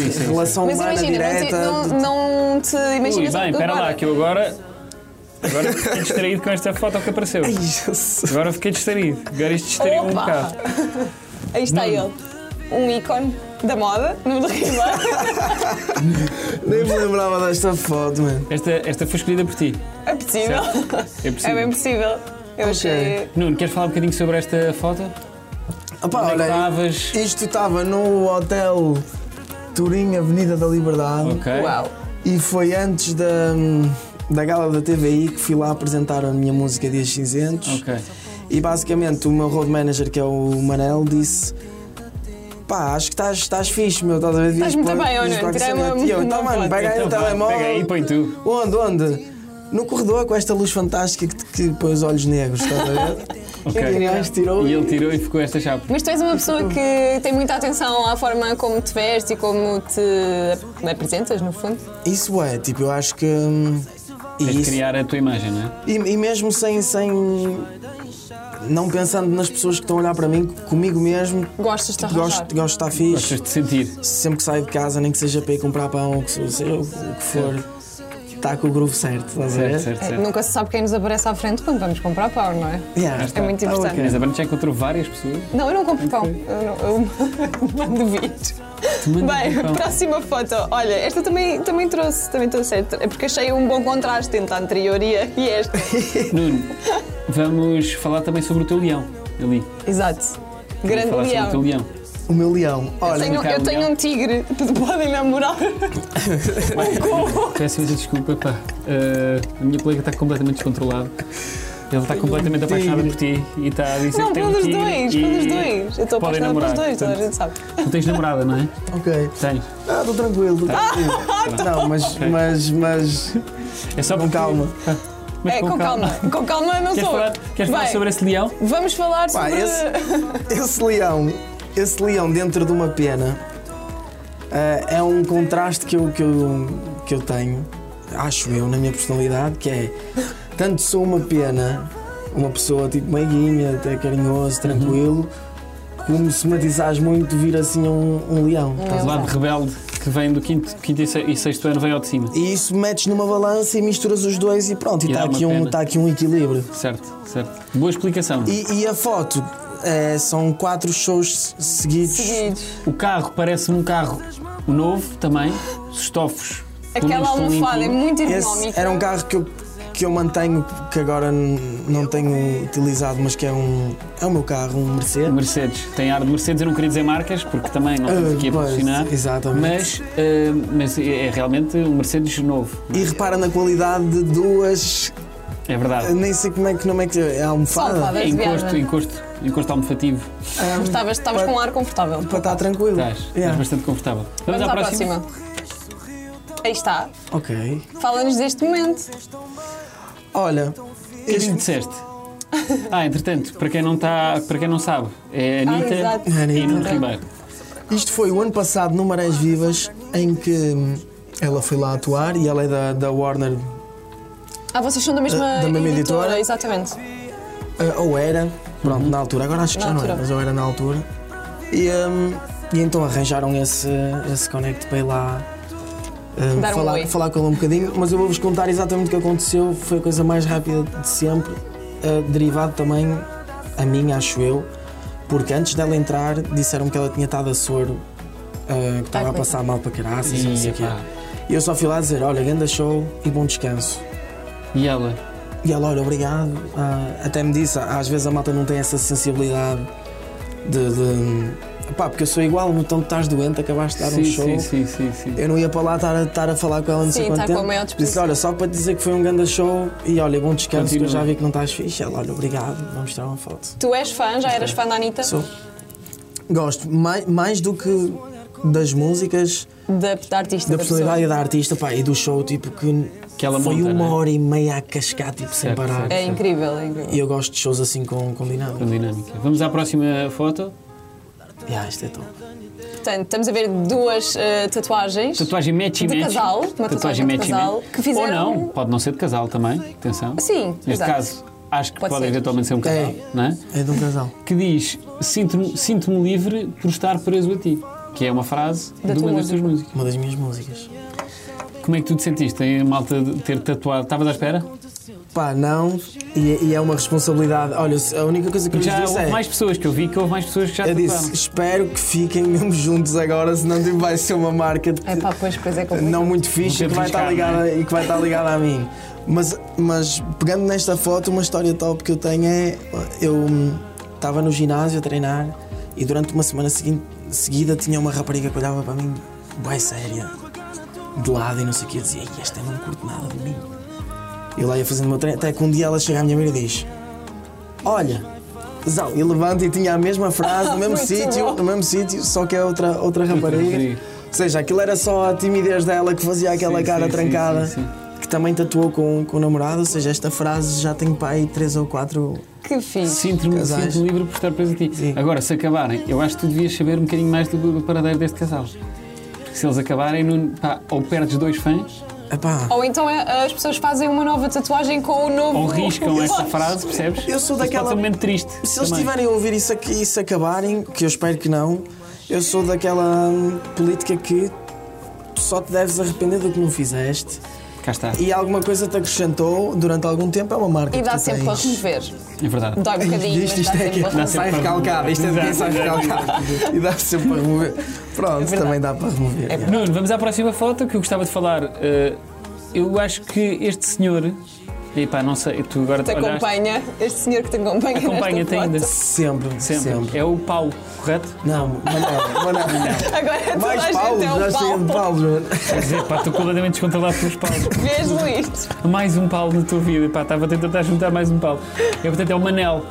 sim. Relação Mas humana imagina, não te- direta. não, não te Ui, imaginas. bem, espera lá, que eu agora. Agora fiquei distraído com esta foto que apareceu. Ai, Jesus. Agora fiquei distraído. Agora isto distraiu um Opa! bocado. Aí está Nuno. ele, um ícone da moda, Nuno [laughs] Ribeiro. Nem me lembrava desta foto, mano. Esta, esta foi escolhida por ti. É possível. Certo? É É possível. bem possível. Eu achei. Nuno, queres falar um bocadinho sobre esta foto? Opa, Onde é que olha, estavas? isto estava no hotel Turim, Avenida da Liberdade. Ok. Uau. E foi antes da, hum, da gala da TVI que fui lá apresentar a minha música Dias Cinzentos. Ok. E basicamente o meu road manager, que é o Manel, disse: Pá, acho que estás, estás fixe, meu, estás a ver? Estás muito bem, olha, tirei uma- E eu, então, uma mano, foto." pega aí o Então vá, telemóvel. pega aí e põe tu. Onde, onde? No corredor com esta luz fantástica que, que põe os olhos negros, estás a ver? [laughs] Ok. E o gajo tirou E ele tirou e ficou esta chapa. Mas tu és uma pessoa que tem muita atenção à forma como te vestes e como te apresentas, no fundo. Isso é, tipo, eu acho que. hum, e Tens de isso- criar a tua imagem, não é? E, e mesmo sem, sem. Não pensando nas pessoas que estão a olhar para mim, comigo mesmo, Gostas de arranjar. gosto, gosto de estar fixe. Gostas de sentir. Sempre que saio de casa, nem que seja para ir comprar pão, ou que se- seja o que for, está com o groove certo, estás a ver? Certo, certo, É, certo. Nunca se sabe quem nos aparece à frente quando vamos comprar pão, não é? Yeah. É muito Tá importante. Mas a Brand já encontrou várias pessoas. Não, eu não compro pão. Eu, não, eu [laughs] mando vir. mandas Bem, um [laughs] pão. próxima foto. Olha, esta também, também trouxe, também trouxe. É porque achei um bom contraste entre a anterior e, a, e esta. [laughs] Nuno, vamos falar também sobre o teu leão. Ali. Exato. Vamos Grande falar sobre o teu leão. leão. o meu leão. Olha, Tenho- Ricardo, eu tenho um tigre, [laughs] podem namorar. [laughs] Como? Peço imensa desculpa, pá. Eh, a minha colega está completamente descontrolada. Ele está completamente tigre. apaixonado por ti e está a dizer Não, que tem pelos um tigre dois, e... pelos dois. Eu estou apaixonada podem pelos namorar, dois, toda a portanto. gente sabe. Tu tens namorada, não é? ok. Tens. Ah, estou tranquilo. tô tranquilo. Não, mas, mas, mas É só com porque- calma. [laughs] Mas é, com calma. Com calma não Queres sou. falar, queres falar Bem, sobre esse leão? Vamos falar Pá, sobre. Esse leão, esse leão dentro de uma pena ah, é um contraste que eu, que, eu, que eu tenho, acho eu, na minha personalidade, que é tanto sou uma pena, uma pessoa tipo meiguinha, até carinhoso, tranquilo, como se matizares muito vir assim a um, um leão. O estás a ver? lado rebelde que vem do quinto, quinto e se- e sexto ano vem ao de cima. E isso metes numa balança e misturas os dois e pronto, E e está dá uma aqui, um, pena. tá aqui um equilíbrio. Certo, certo. Boa explicação. E, e a foto? eh, são quatro shows Seguidos. O carro parece-me um carro novo também, estofos. um pelo Aquela menos estão almofada é limpinhos. muito Esse ergonómica. era um carro que eu, que eu mantenho, que agora n- não tenho utilizado, mas que é um. É o meu carro, um é Mercedes. Mercedes, tem ar de Mercedes, eu não queria dizer marcas, porque também não estamos Ah, aqui a pois, patrocinar. exatamente. Mas, ah, mas é é realmente um Mercedes novo. E repara na qualidade de duas. É verdade. Nem sei como é que nome é que. É almofada? Almofada. É de encosto, viagem. encosto, encosto almofativo. Estavas, estavas Para- com um ar confortável. Para estar tranquilo. Estás, estás Yeah. É bastante confortável. Vamos à próxima. Aí está. Ok. Fala-nos deste momento. Olha. O que é que este- me disseste? Ah, entretanto, para quem não, tá, para quem não sabe, é Ah, Anitta exato. e Nuno Anitta. Ribeiro. Isto foi o ano passado no Marés Vivas, em que hum, ela foi lá atuar e ela é da, da Warner, Ah, vocês são da mesma, Da- da mesma editora. Exatamente. eh, ou era, pronto, na altura, agora acho que Uhum. Na já não é, altura. mas ou era na altura. E, hum, e então arranjaram esse, esse Connect para ir lá hum, Dar um falar, oi. falar com ela um bocadinho, mas eu vou-vos contar exatamente o que aconteceu, foi a coisa mais rápida de sempre, eh, derivado também a mim, acho eu, porque antes dela entrar disseram que ela tinha estado a soro, eh, que estava a coitada. passar mal para caraças e não sei o quê. epá. E eu só fui lá dizer, olha, grande show e bom descanso. E ela? E ela, olha, obrigado. Ah, até me disse, às vezes a malta não tem essa sensibilidade de. de pá, porque eu sou igual, então tu estás doente, acabaste de dar sim, um show. sim, sim, sim, sim. Eu não ia para lá estar a, estar a falar com ela não Sim, sei quanto estar com tempo. a maior Disse, disposição. olha, só para te dizer que foi um grande show e olha, bom descanso, que Continua. eu já vi que não estás fixe. Ela, olha, obrigado, vou mostrar uma foto. Tu és fã, já eras fã da Anitta? Sou. Gosto, mais, mais do que das músicas, Da, da artista. da pessoa. personalidade da artista pá, e do show, tipo, que, Que ela foi monta, uma não é? hora e meia a cascar, tipo, sem Certo, parar. certo. É incrível, é incrível. E eu gosto de shows assim com, com Com dinâmica. dinâmica. Vamos à próxima foto. Yeah, isto é top. Portanto, estamos a ver duas eh, tatuagens. Tatuagem match e De match. casal, uma tatuagem de matchy casal, match. que fizeram- Ou não, pode não ser de casal também, atenção. Sim, Neste exato. caso, acho que pode, Pode ser. eventualmente ser um casal, É. não é? É de um casal. Que diz, sinto-me sinto livre por estar preso a ti. Que é uma frase Da de tua uma das tuas músicas. Uma das minhas músicas. Como é que tu te sentiste em a malta de ter tatuado? Estavas à espera? Pá, não. E, e é uma responsabilidade. Olha, a única coisa que eu lhes Já disse houve é. mais pessoas que eu vi que houve mais pessoas que já Eu tatuaram. disse, espero que fiquem mesmo juntos agora, senão tipo, vai ser uma marca de- É pá, pois, pois é complicado. não muito fixe é? Vou ter e que vai de riscar, estar ligada, e que vai estar ligada a mim. Mas, mas pegando nesta foto, uma história top que eu tenho é. Eu estava no ginásio a treinar e durante uma semana seguinte- seguida tinha uma rapariga que olhava para mim, bem séria, de lado e não sei o que, eu dizia, "Ei, esta não curte nada de mim. Eu lá ia fazendo o meu treino, até que um dia ela chega à minha beira e diz: Olha, Zau, e levanta e tinha a mesma frase, no [laughs] mesmo Muito sítio, bom. no mesmo sítio, só que é outra, outra rapariga. rapariga. Ou seja, aquilo era só a timidez dela que fazia aquela Sim, cara sim, sim, trancada. sim, Que também tatuou com, com o namorado, ou seja, esta frase já tenho pai três ou quatro. Que fixe. Sinto-me Casais. sinto livre por estar preso a ti. Sim. Agora, se acabarem, eu acho que tu devias saber um bocadinho mais do, do paradeiro deste casal. Porque se eles acabarem, não- pá, ou perdes dois fãs, Epá, Ou então é, as pessoas fazem uma nova tatuagem com o novo. ou riscam esta frase, percebes? Eu Isso sou daquela- Pode ser um momento triste. se eles também. estiverem a ouvir isso aqui e se acabarem, que eu espero que não, eu sou daquela hum, política que tu só te deves arrepender do que não fizeste Cá está, e alguma coisa te acrescentou durante algum tempo, é uma marca. E que dá tu sempre para tens. remover. é verdade. Dói um bocadinho, mas Isto, isto dá é sempre que para Dá remover. sempre sai para recalcado, isto é remover. de quem sai recalcado. E dá sempre para remover. É Pronto, também dá para remover. yeah. Nuno, vamos à próxima foto que eu gostava de falar. Eh, eu acho que este senhor E pá, não sei, tu agora Te olhaste- acompanha, este senhor que te acompanha. nesta Acompanha-te ainda. foto. Sempre, sempre. Sempre. É o pau, [laughs] correto? Não, Manel, Manel. Agora [laughs] toda a Mais gente paus, é já um chega de pau. paus, é? mano. [laughs] Quer dizer, pá, estou completamente descontrolado pelos paus. Vês, Luís? Mais um pau na tua vida, pá, estava a tentar juntar mais um pau. É, portanto, é o Manel.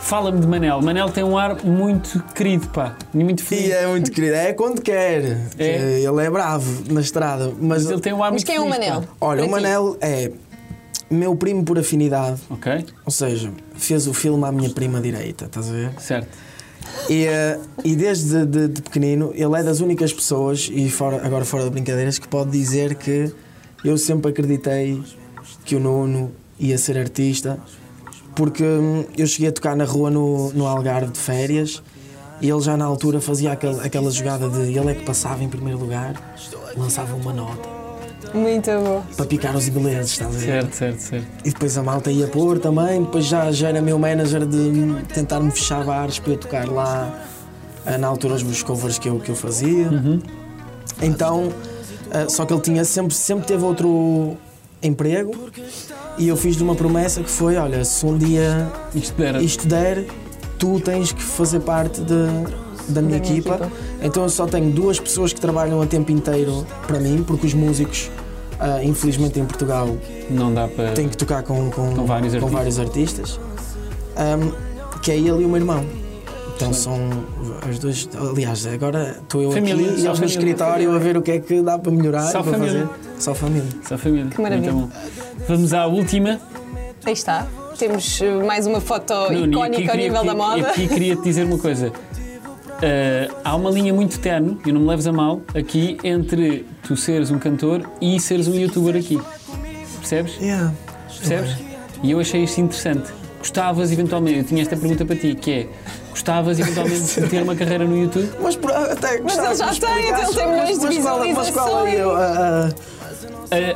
Fala-me de Manel. Manel tem um ar muito querido, pá, e muito E feliz. é muito querido, é quando quer. que É? Ele é bravo na estrada, mas. Mas ele tem um ar Mas muito quem é o feliz, Manel? pá. Olha, o Para ti. Manel é meu primo por afinidade, Ok, ou seja, fez o filme à minha prima direita, estás a ver? certo. E, eh, e desde de, de pequenino, ele é das únicas pessoas, e fora- agora fora de brincadeiras, que pode dizer que eu sempre acreditei que o Nuno ia ser artista, porque hum, eu cheguei a tocar na rua no, no Algarve de férias e ele já na altura fazia aquele- aquela jogada de ele é que passava em primeiro lugar, lançava uma nota Muito bom. para picar os ingleses, estás a ver? Certo, certo, certo. E depois a malta ia pôr também, depois já, já era meu manager de tentar-me fechar bares para eu tocar lá ah, na altura os meus covers que eu, que eu fazia. Então, ah, só que ele tinha sempre, sempre teve outro emprego e eu fiz-lhe uma promessa que foi, olha, se um dia Isto era. isto der, tu tens que fazer parte de- da minha equipa. Então eu só tenho duas pessoas que trabalham a tempo inteiro para mim, porque os músicos, ah, infelizmente em Portugal, Não dá para. tem que tocar com, com, Com vários com artistas. vários artistas. Ahm, que é ele e o meu irmão. Então são as duas. Aliás, agora estou eu Família, aqui e só eles no família. escritório a ver o que é que dá para melhorar. Só e para família. Fazer. Só família. Só família. Que maravilha. Muito bom. Vamos à última. Aí está. Temos eh, mais uma foto Nuno, e aqui icónica ao queria- nível da aqui- moda. Aqui queria te dizer uma coisa. Ah, há uma linha muito tenue, e não me leves a mal, aqui entre tu seres um cantor e seres um youtuber aqui. Percebes? Yeah. Percebes? E eu achei isto interessante. Gostavas eventualmente, eu tinha esta pergunta para ti, que é gostavas eventualmente de ter uma carreira no YouTube? Mas por, até gostava ele já que me tem, então ele explicasse, tem milhões de mas qual é- Mas qual é a,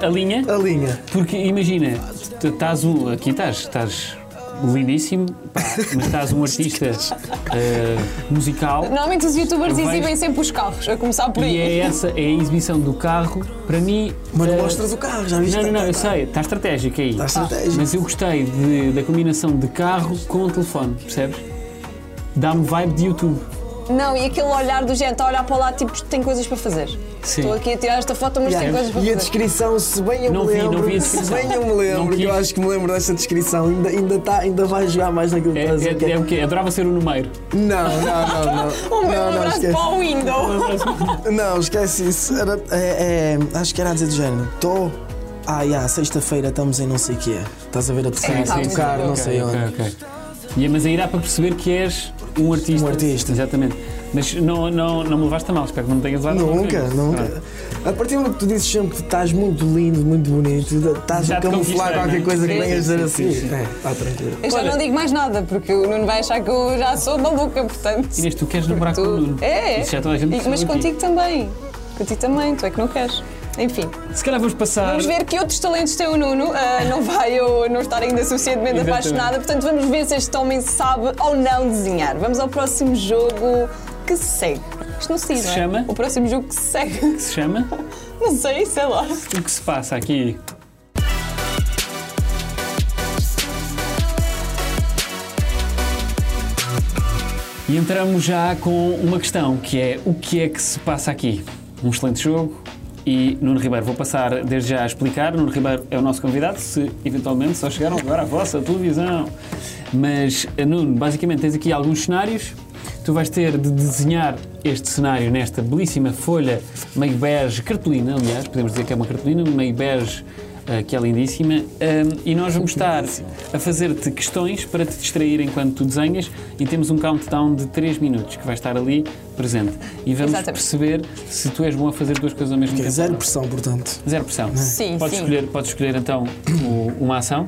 A, a linha? a- a linha? Porque imagina, tu estás um. Aqui estás, estás lindíssimo, pá, mas estás um artista ah, musical. Normalmente os youtubers Vais- exibem sempre os carros, a começar por E é aí. essa, é a exibição do carro, para mim. Mas não eh, mostras o carro, já viste? Não, não, não, eu sei, está estratégico aí. Está estratégico. Mas eu gostei de- da combinação de carro com o telefone, percebes? Dá-me vibe de YouTube. Não, e aquele olhar do gente a olhar para lá, tipo, tem coisas para fazer. Sim. Estou aqui a tirar esta foto, mas tem Yeah. coisas para E a fazer. descrição, se bem eu Não me vi, não lembro, vi a se descrição. bem eu me Não lembro, que eu quis. acho que me lembro dessa descrição, ainda, ainda, tá, ainda vai jogar mais naquilo que É, estás a dizer, que é, é o quê? Adorava ser o número. Não, não, não, não. [laughs] Um belo não, não, abraço para esquece. o window. Não, esquece isso. Era, é, é, acho que era a dizer do género. Estou. Ah, yeah, sexta-feira estamos em não sei o quê. Estás a ver a tocar, Sim, sim, a tocar sim. não Ok, sei Ah, ok, onde. ok. E, mas aí dá para perceber que és um artista. Um artista. Exatamente. Mas não, não, não me levaste a mal, espero que não me tenhas levado a mal. Nunca, nunca. A partir do momento que tu dizes sempre que estás muito lindo, muito bonito, estás Já a te camuflar conquistei, qualquer não é? coisa que Sim, venhas sim, dizer sim, assim. sim. É, está tranquilo. Eu já Olha. não digo mais nada, porque o Nuno vai achar que eu já sou maluca, portanto. Inês, tu queres namorar com o tu- Nuno. É! Isso já toda a gente E- percebeu mas aqui. contigo também. Contigo também, tu é que não queres. Enfim, Se calhar vamos passar. vamos ver que outros talentos tem o Nuno. Ah, não vai eu não estar ainda suficientemente Exatamente. apaixonada, portanto vamos ver se este homem sabe ou não desenhar. Vamos ao próximo jogo que se segue. Isto não se diz, se não é? chama? O próximo jogo que se segue. [laughs] que se chama? Não sei, sei lá. O que se passa aqui? E entramos já com uma questão que é o que é que se passa aqui? Um excelente jogo e Nuno Ribeiro, vou passar desde já a explicar. Nuno Ribeiro é o nosso convidado, se eventualmente só chegaram agora à vossa televisão. Mas, eh, Nuno, basicamente tens aqui alguns cenários. Tu vais ter de desenhar este cenário nesta belíssima folha meio bege, cartolina, aliás, podemos dizer que é uma cartolina, meio bege, eh, que é lindíssima. Ahm, e nós vamos estar a fazer-te questões para te distrair enquanto tu desenhas e temos um countdown de 3 minutos que vai estar ali presente. E vamos Exatamente. perceber se tu és bom a fazer duas coisas ao mesmo Ok, tempo. Zero pressão, portanto. Zero pressão. Sim, podes sim. Escolher, podes escolher então o- uma ação.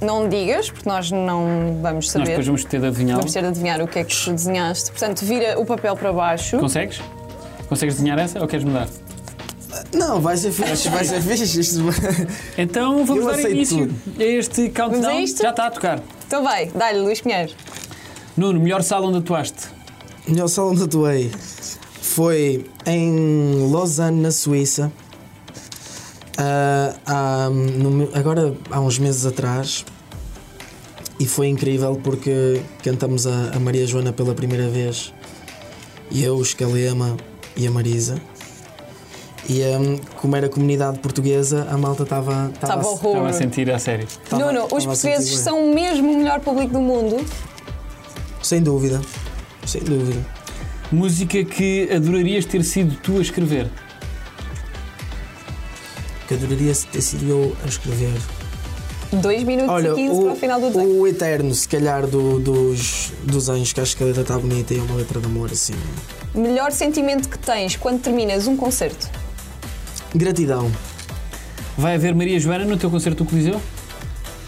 Não digas, porque nós não vamos Nós saber. depois vamos ter de adivinhá Vamos ter de adivinhar o que é que tu desenhaste. Portanto, vira o papel para baixo. Consegues? Consegues desenhar essa ou queres mudar? Não, vai ser fixe, vai ser fixe. Isto... Então vamos Eu dar aceito início tudo. a este countdown. Vamos a isto? Já está a tocar. Então vai, dá-lhe, Luís Pinheiro. Nuno, melhor sala onde atuaste? Melhor sala onde atuei foi em Lausanne, na Suíça. Ah, Ah, há, no meu- agora, há uns meses atrás, e foi incrível porque cantamos a, a Maria Joana pela primeira vez. E eu, o Escalema e a Marisa. E hum, como era comunidade portuguesa, a malta estava. Estava tá ao Estava a rubro. sentir a sério. Tava- Nuno, tava os a portugueses sentir bem. são mesmo o melhor público do mundo. Sem dúvida. Sem dúvida. Música que adorarias ter sido tu a escrever. Que adoraria se ter sido eu a escrever. 2 minutos Olha, e 15 para o final do desenho. o Eterno, se calhar, do- dos, dos anjos, que acho que a letra está bonita e é uma letra de amor, assim. Melhor sentimento que tens quando terminas um [laughs] concerto? Gratidão. Vai haver Maria Joana no teu concerto do Coliseu?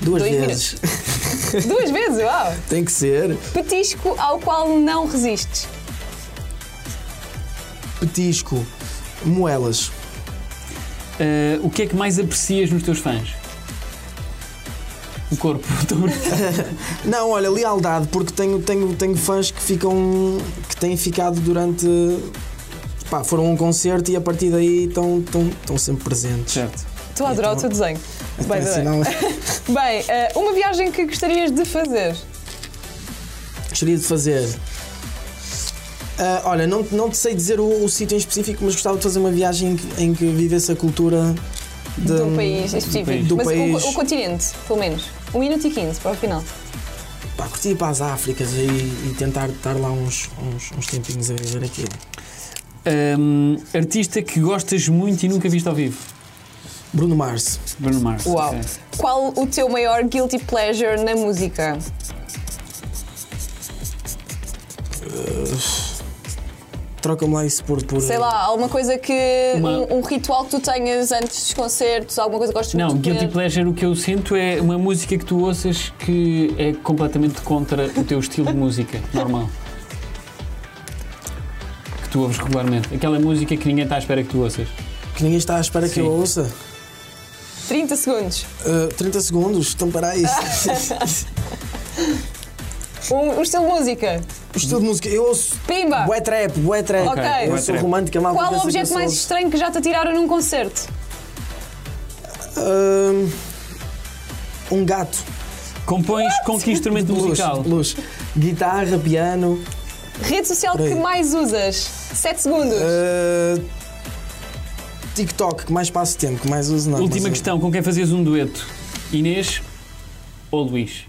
Duas Dois vezes. Duas vezes, uau! [laughs] Tem que ser. Petisco ao qual não resistes. Petisco. Moelas. Eh, o que é que mais aprecias nos teus fãs? O corpo. [laughs] Estou a brincar. Não, olha, lealdade, porque tenho, tenho, tenho fãs que ficam. que têm ficado durante. pá, foram a um concerto e a partir daí estão, estão, estão sempre presentes. certo. Estou a adorar o teu desenho. Então, By the assim, way. [laughs] não- Bem, eh, uma viagem que gostarias de fazer? gostaria de fazer. Ah, olha, não, não te sei dizer o, o sítio em específico, mas gostava de fazer uma viagem em que, em que vivesse a cultura de, De um país específico. país. Do Mas o- país. O, continente, pelo menos. 1 minuto e 15 para o final. Pá, curtir ir para as Áfricas e, e tentar estar lá uns, uns, uns tempinhos a viver aquilo. Ahm, Ehm, artista que gostas muito e nunca viste ao vivo. Bruno Mars, Bruno Mars. Uau! ok. Qual o teu maior guilty pleasure na música? troca-me lá isso por. por Sei lá, alguma coisa que. Uma- Um, um ritual que tu tenhas antes dos concertos, alguma coisa que gostes Não, muito de Guilty comer? Pleasure, o que eu sinto é uma música que tu ouças que é completamente contra o teu estilo de música [laughs] normal. Que tu ouves regularmente. Aquela música que ninguém está à espera que tu ouças. Que ninguém está à espera que Sim. eu ouça. 30 segundos. Ah, 30 segundos, então [laughs] para isso. Um, um estilo de música. o estilo de música, eu ouço. Pimba! Bué trap, bué trap. Ok. Bué Eu sou trap. romântica, mal Qual o objeto mais estranho que já te tiraram num concerto? Ah, Um gato. Compões com que instrumento Luz, musical? luz. Guitarra, piano. Rede social Peraí. que mais usas? 7 segundos. Uh, TikTok, que mais passo tempo, que mais uso não. Última é. mas, questão, com quem fazias um dueto? Inês ou Luís?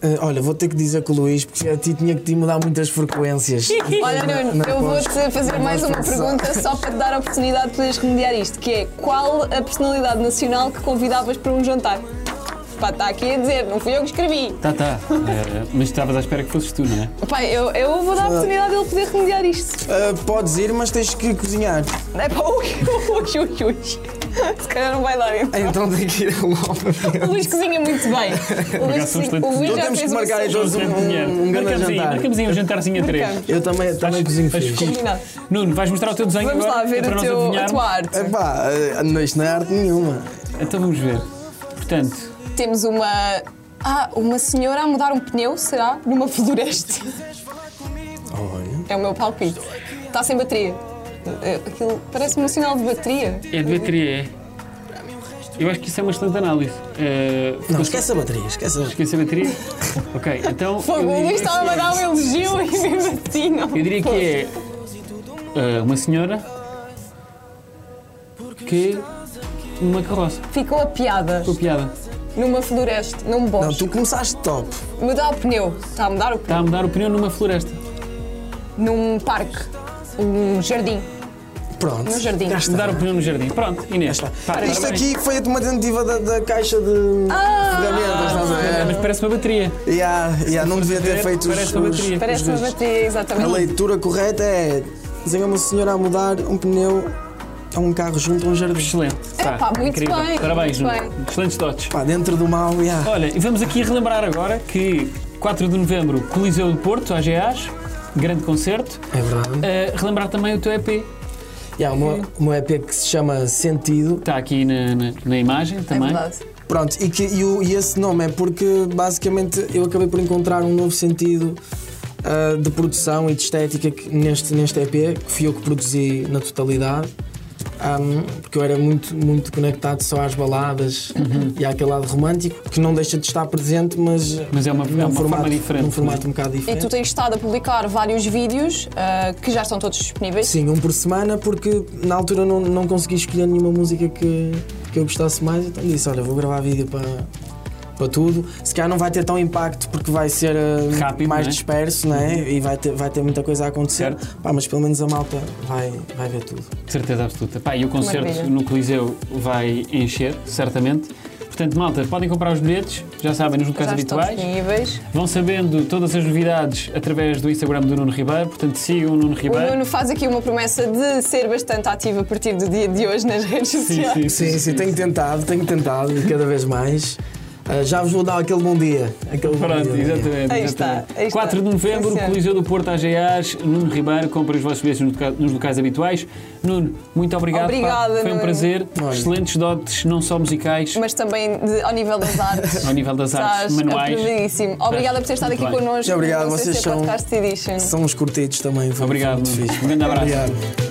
uh, olha, vou ter que dizer com o Luís, porque a ti tinha que te mudar muitas frequências. Olha, Nuno, Não, não eu posso. vou-te fazer Não mais posso uma pensar. pergunta só para te dar a oportunidade de poderes remediar isto, que é qual a personalidade nacional que convidavas para um jantar? Pá, está aqui a dizer, não fui eu que escrevi. Tá, tá. É, mas estavas à espera que fosses tu, não é? Pá, eu, eu Ah. vou dar a oportunidade de ele poder remediar isto. Uh, podes ir, mas tens que cozinhar. É pá, ui, ui, ui, ui. Se calhar não vai dar, hein? Então tem que ir O logo. Luís cozinha muito bem. O Luís, acaso cozinha- sou excelente o Luís cozinheiro. já Então temos fez que uma marcar receita. as um- um- um grande marcamos aí, jantar. marcamos aí um jantarzinho a três. Marcamos. Eu também, também cozinho Acho fixe. que- Combinado. Nuno, vais mostrar o teu desenho Vamos agora? lá que é ver para o nós teu, a adivinharmos? tua arte. Epá, uh, não, isto não é arte nenhuma. Então vamos ver. Portanto, Temos uma. Ah, uma senhora a mudar um pneu, será? Numa floresta. Olha. É o meu palpite. Está sem bateria. É, Aquilo parece-me um sinal de bateria. é de bateria, é. Eu acho que isso é uma excelente análise. Eh, Não, esquece a bateria, esquece a bateria. Esqueci a bateria? ok, então. eu Fogo, o diria Luís que estava a é- mandar um elogio e mesmo assim não. Eu diria que é eh, uma senhora que uma carroça. Ficou a piada Tua piada. numa floresta, num Não, bosque. tu começaste top. Mudar o pneu. Está a mudar o pneu. Está a mudar o pneu numa floresta. Num parque. Um jardim. Pronto. No jardim. Já está. Mudar o pneu no jardim. Pronto, Inês. Já está. Pá, Isto parabéns. aqui foi uma tentativa da, da caixa de Ah! ferramentas, estás a é- ver? Mas parece uma bateria. Yeah, yeah, não devia Parece- ter feito os, parece uma os- bateria. Parece uma os gestos. bateria, A exatamente. leitura correta é desenhar uma senhora a mudar um pneu a um carro junto a um jardim. Excelente. Tá, Epá, muito incrível. bem, Parabéns, muito Nuno. Excelentes dotes. Pá, dentro do mal, yeah. Olha, e vamos aqui relembrar agora que 4 de novembro, Coliseu do Porto, AGAs, grande concerto. É verdade. Uh, relembrar também o teu EP. Yeah, uma, uma EP que se chama Sentido. Está aqui na, na, na imagem É também. verdade. Pronto, e, que, e, o- e esse nome é porque basicamente eu acabei por encontrar um novo sentido ah, de produção e de estética que- neste, neste EP, que fui eu que produzi na totalidade. Ahm, porque eu era muito, muito conectado só às baladas Uhum. e àquele lado romântico, que não deixa de estar presente, mas, Mas é uma- é num uma forma formato, diferente, Num formato não é? um bocado E diferente. tu tens estado a publicar vários vídeos ah, que já estão todos disponíveis. Sim, um por semana, porque na altura não, não consegui escolher nenhuma música que, que eu gostasse mais, então disse: Olha, vou gravar vídeo para, para tudo. Se calhar não vai ter tão impacto porque vai ser eh, Rápido, mais não é? disperso né? e vai ter, vai ter muita coisa a acontecer, Certo. Pá, mas pelo menos a malta vai, vai ver tudo. De certeza absoluta. Pá, e o concerto Maravilha. no Coliseu vai encher, certamente. Portanto, malta, podem comprar os bilhetes, já sabem, nos locais já estão habituais. disponíveis. Vão sabendo todas as novidades através do Instagram do Nuno Ribeiro, portanto sigam o Nuno O Ribeiro. Nuno faz aqui uma promessa de ser bastante ativo a partir do dia de hoje nas [laughs] redes sociais. Sim, sim, tenho tentado, tenho tentado e cada vez mais. Ah, já vos vou dar aquele bom dia. Aquele bom Pronto, dia, bom dia. exatamente. Aí exatamente. está, aí está. 4 de novembro, Sim, senhor. Coliseu do Porto AGAs, Nuno Ribeiro, comprem os vossos bilhetes nos loca- nos locais habituais. Nuno, muito obrigado. pá. Obrigada, Foi um Nuno. prazer. Olha. Excelentes dotes, não só musicais, Mas também de- ao nível [laughs] das artes. ao nível das Estás artes, manuais. aprovadíssimo. Obrigada por ter estado Muito aqui bem. connosco. Obrigado, no CC vocês são- Podcast Edition. São os curtidos também. Foi, Obrigado, foi muito Nuno. fixe. Um grande abraço. Obrigado.